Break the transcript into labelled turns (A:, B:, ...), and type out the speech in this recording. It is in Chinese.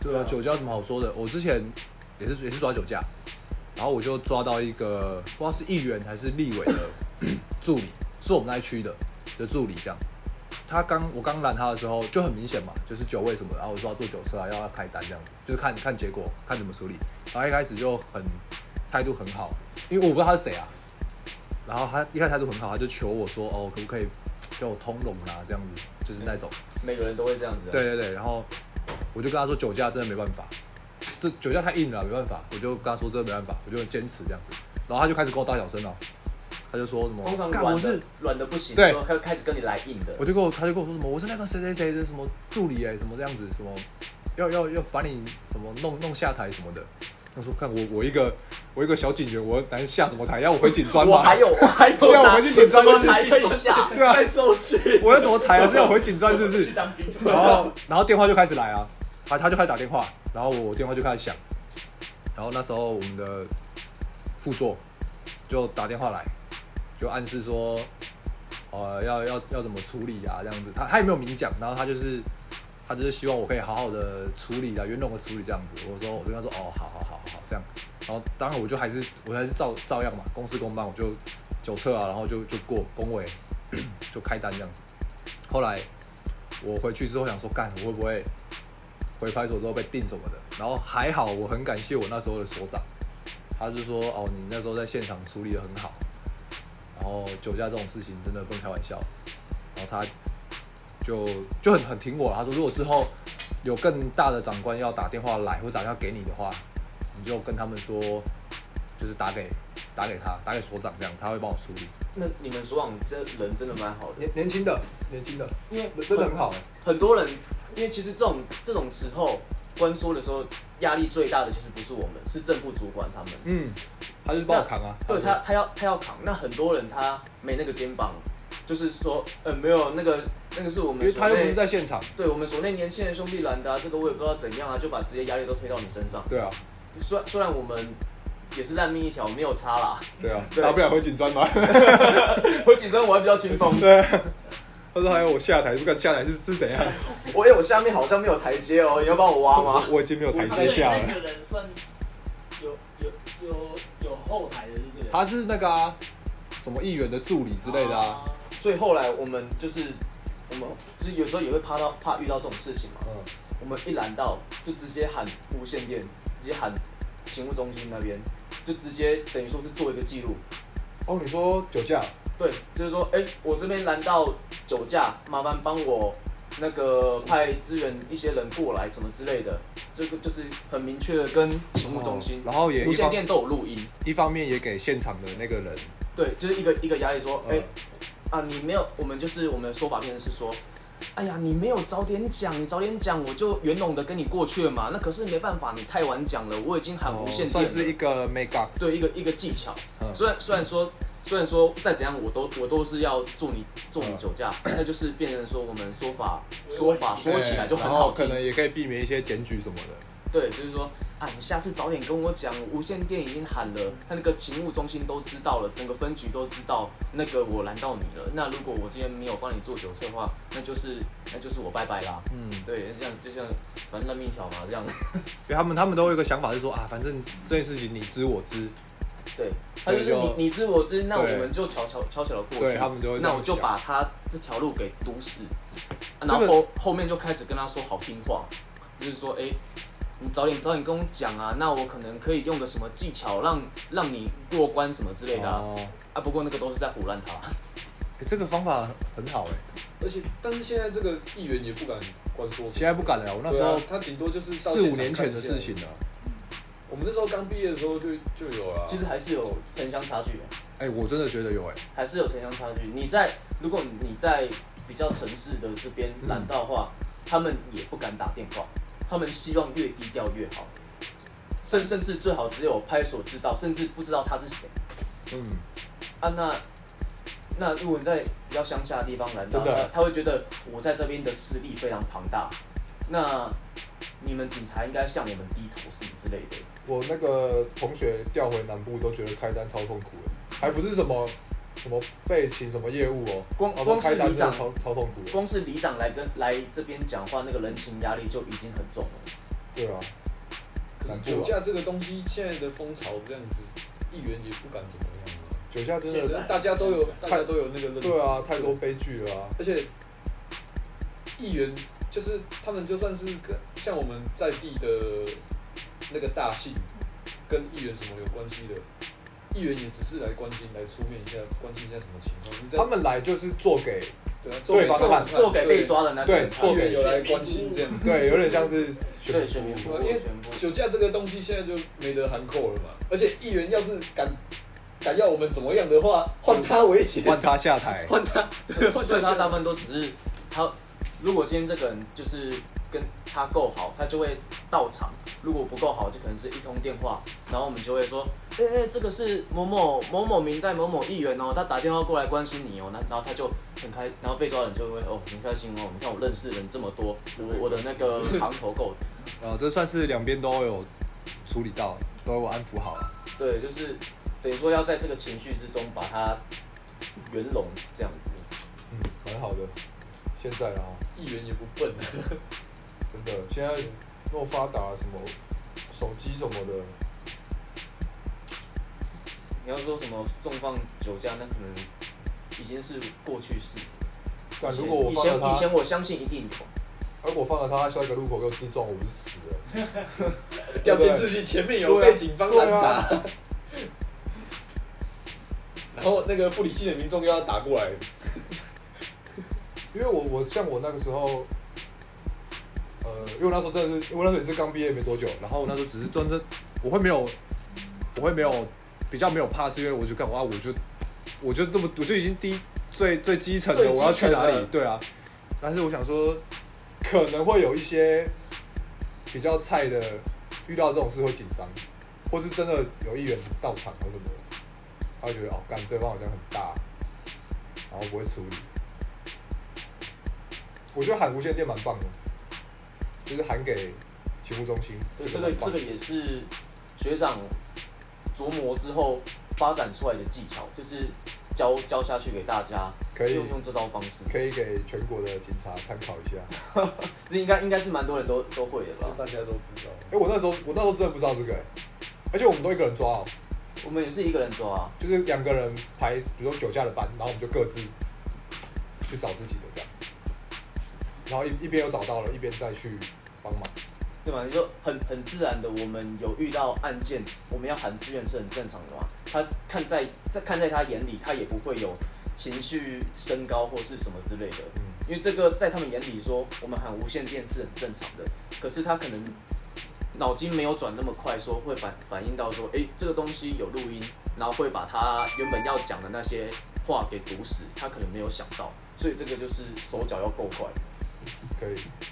A: 对啊，酒驾有什么好说的？我之前也是也是抓酒驾，然后我就抓到一个不知道是议员还是立委的助理，是我们那一区的的助理这样。他刚我刚拦他的时候就很明显嘛，就是酒味什么的，然后我说要做酒测啊，要要开单这样子，就是看看结果，看怎么处理。然后一开始就很态度很好，因为我不知道他是谁啊。然后他一开始态度很好，他就求我说哦，可不可以叫我通融啦、这样子，就是那种。
B: 每个人都会这样子、啊。
A: 对，对对，然后我就跟他说酒驾真的没办法，是酒驾太硬了，没办法。我就跟他说真的没办法，我就坚持这样子。然后他就开始跟我大小声了，哦他就说什么，
B: 通常
A: 干
B: 软
A: 我是
B: 的软的不行，
A: 对
B: 之后他就开始跟你来硬的。
A: 我就跟我，他就跟我说什么，我是那个谁谁谁的什么助理哎、什么这样子，什么要要要把你什么弄弄下台什么的。他说看我我一个我一个小警员，我难下什么台？要我回警专
B: 我
A: 吗？
B: 还有我还 有
A: 这样我
B: 拿
A: 回去紧张
B: 什么台可以下，
A: 对啊
B: 再收拾。
A: 我要怎么台啊？是要我回警专是不哦是？
B: 当兵。
A: 然后然后电话就开始来啊，啊他就开始打电话，然后我电话就开始响，然后那时候我们的副座就打电话来，就暗示说，呃要要要怎么处理啊这样子，他他也没有明讲，然后他就是他就是希望我可以好好的处理啊，圆融的处理这样子，我说我就跟他说哦好好好好好这样，然后当然我就还是我还是照照样嘛，公事公办，我就酒测啊，然后就就过公委 就开单这样子，后来。我回去之后想说，干我会不会回派出所之后被定什么的？然后还好，我很感谢我那时候的所长，他就说哦，你那时候在现场处理的很好，然后酒驾这种事情真的不能开玩笑。然后他就就很很挺我，他说如果之后有更大的长官要打电话来或打电话给你的话，你就跟他们说，就是打给打给他，打给所长这样，他会帮我处理。
B: 那你们所长这人真的蛮好的，
A: 年年轻的，年轻的，
B: 因为
A: 真的很好、欸。
B: 很多人，因为其实这种这种时候官说的时候，压力最大的其实不是我们，是正副主管他们。
A: 嗯，他就是帮我扛啊。
B: 对
A: 说
B: 他，他要他要扛。那很多人他没那个肩膀，就是说，呃，没有那个那个是我
A: 因
B: 们
A: 为
B: 所
A: 他又不是
B: 内，
A: 在现场。
B: 对我们所内年轻人兄弟拦的、啊，这个我也不知道怎样啊，就把职业压力都推到你身上。
A: 对啊，
B: 虽然虽然我们也是烂命一条，没有差啦，
A: 对啊，
B: 嗯对
A: 大不了回警专 嘛。
B: 我紧张我还比较轻松。
A: 对，他说还有我下台，不敢下台是是怎样？
B: 我哎、我下面好像没有台阶哦，你要帮我挖吗？
A: 我已经没有台阶下
C: 那
A: 了。
C: 个人算有有有有后台的，对不对？
A: 他是那个啊，什么议员的助理之类的啊。
C: 哦。
B: 所以后来我们就是我们就是有时候也会怕到怕遇到这种事情嘛，
A: 嗯，
B: 我们一拦到就直接喊无线电，直接喊勤务中心那边，就直接等于说是做一个记录。
A: 哦，你说酒驾？
B: 对，就是说，哎、我这边拦到酒驾，麻烦帮我那个派支援一些人过来什么之类的，这个就是很明确的跟勤务中心
A: 哦、然后也
B: 无
A: 一
B: 线
A: 方
B: 电都有录音。
A: 一方面也给现场的那个人，
B: 对，就是一个一个压力说，哎、
A: 嗯
B: 啊，你没有，我们就是我们的说法变成是说，哎呀，你没有早点讲，你早点讲，我就圆融的跟你过去了嘛。那可是没办法，你太晚讲了，我已经喊无线电
A: 哦算
B: 了。
A: 是一个 make up。
B: 对一个一个技巧。
A: 嗯
B: 虽然虽然说虽然说再怎样，我都我都是要做你做你
A: 嗯
B: 酒 驾，那就是变成说我们说法说法说起来就很
A: 对然后
B: 好
A: 可
B: 听。
A: 能也可以避免一些检举什么的。
B: 对，就是说啊，你下次早点跟我讲，无线电已经喊
A: 嗯
B: 了，他那个勤务中心都知道了，整个分局都知道，那个我拦到你了。那如果我今天没有帮你做酒测的话，那就是那就是我拜拜啦。
A: 嗯，
B: 对，这样就像反正烂命一条嘛，这样。
A: 因为他们他们都有一个想法，是说啊，反正这件事情你知我知，
B: 对，他就是
A: 所以
B: 你
A: 就
B: 你知我知，那我
A: 对
B: 们就悄悄悄悄的过
A: 对
B: 去。
A: 他们就会这样
B: 那我就
A: 想
B: 把他这条路给堵死，啊
A: 这
B: 然
A: 个
B: 后后后面就开始跟他说好听话，就是说，哎、你早点早点跟我讲啊，那我可能可以用个什么技巧让让你过关什么之类的啊。
A: 哦
B: 啊不过那个都是在胡乱 他。
A: 欸这个方法很好哎、
D: 而且，但是现在这个议员也不敢关说什么。
A: 现在不敢了。我那时
D: 对
A: 候
D: 啊、他顶多就是到
A: 四
D: 现
A: 五
D: 场
A: 年前的
D: 看一下
A: 事情。了。
D: 我们那时候刚毕业的时候就就有了啊。
B: 其实还是有城乡差距的，
A: 哎、我真的觉得有哎、
B: 还是有城乡差距。你在如果你在比较城市的这边拦到的话，他们也不敢打电话，他们希望越低调越好，甚甚至最好只有派出所知道，甚至不知道他是谁
A: 嗯，
B: 啊。那那如果你在比较乡下的地方拦到呃
A: 真的
B: 他，他会觉得我在这边的势力非常庞大，那你们警察应该向我们低头什么之类的。
A: 我那个同学调回南部都觉得开单超痛苦哎、还不是什么什么备勤什么业务哦、
B: 光
A: 好吧
B: 光是
A: 开单
B: 里
A: 真的
B: 长
A: 超超痛苦的。
B: 光是里长来跟来这边讲话，那个人情压力就已经很重了。
A: 对啊，
D: 可是酒驾这个东西现在的风潮这样子，议员也不敢怎么样啊。
A: 酒驾真
C: 现
D: 可
A: 的
C: 在
D: 能大家都有大家都有那个认知。
A: 对啊，太多悲剧了啊。
D: 而且议员就是他们，就算是跟像我们在地的那个大姓，跟议员什么有关系的，议员也只是来关心、来出面一下，关心一下什么情况。你在
A: 他们来就是做给
D: 对啊，
A: 对吧
D: 做
A: 看
D: 给
B: 做给被抓的那个
A: 对
B: 人看
A: 做
D: 议员有来关心这样。
A: 对，有点像是
B: 对选民服务，
D: 因为
B: 选民服务
D: 酒驾这个东西现在就没得含扣了嘛，而且议员要是敢敢要我们怎么样的话，换他危险。
A: 换他下台。
D: 换他，换
B: 所以他
D: 他
B: 大部分都只是他，如果今天这个人就是跟他够好，他就会到场；如果不够好，就可能是一通电话，然后我们就会说，哎、哎、这个是某某某某明代某某议员哦，他打电话过来关心你哦，那然后他就很开，然后被抓的人就会哦很开心哦，你看我认识人这么多，我我的那个行头够，
A: 啊，这算是两边都有处理到，都有安抚好了。
B: 对，就是等于说要在这个情绪之中把他圆融这样子。
A: 嗯，蛮好的。现在啊，
D: 议员也不笨啊，
A: 真的，现在那么发达，什么手机什么的，
B: 你要说什么重放酒驾，那可能已经是过去式。
A: 但
B: 以
A: 如
B: 前
A: 果我
B: 以
A: 放了
B: 前以
A: 他，
B: 前我相信一定有，
A: 如果放了他，他下一个路口给我自撞，我就死了。
D: 掉监视器前面有
A: 对啊
D: 被警方拦查， 然后那个不理性的民众又要打过来，
A: 因为我我像我那个时候，呃，因为我那时候真的是，因为我那时候也是刚毕业没多久，然后我那时候只是真正，我会没有，我会没有比较没有怕，是因为我就干哇，我就我就这么我就已经低最最基层的，
B: 最
A: 我
B: 基层
A: 要去哪里
B: 了？
A: 对啊，但是我想说，可能会有一些比较菜的，遇到这种事会紧张，或是真的有议员到场或什么的，他会觉得哦，干对方好像很大，然后不会处理。我觉得喊无线电蛮棒的，就是喊给勤务中心。
B: 对
A: 觉
B: 这
A: 得
B: 个
A: 蛮棒
B: 这个也是学长琢磨之后发展出来的技巧，就是教教下去给大家，
A: 可以
B: 用用这招方式，
A: 可以给全国的警察参考一下。
B: 这应该应该是蛮多人都都会的吧。
D: 大家都知道。
A: 哎、我那时候我那时候真的不知道这个、欸，而且我们都一个人抓哦，
B: 我们也是一个人抓、啊，
A: 就是两个人排，比如说酒驾的班，然后我们就各自去找自己的这样，然后一一边又找到了，一边再去帮忙。
B: 对吧？你说很很自然的，我们有遇到案件，我们要喊志愿是很正常的嘛。他看在在看在他眼里，他也不会有情绪升高或是什么之类的。
A: 嗯，
B: 因为这个在他们眼里说，我们喊无线电是很正常的，可是他可能脑筋没有转那么快说，会反反应到说，诶，这个东西有录音，然后会把他原本要讲的那些话给堵死，他可能没有想到，所以这个就是手脚要够快。
A: 可以。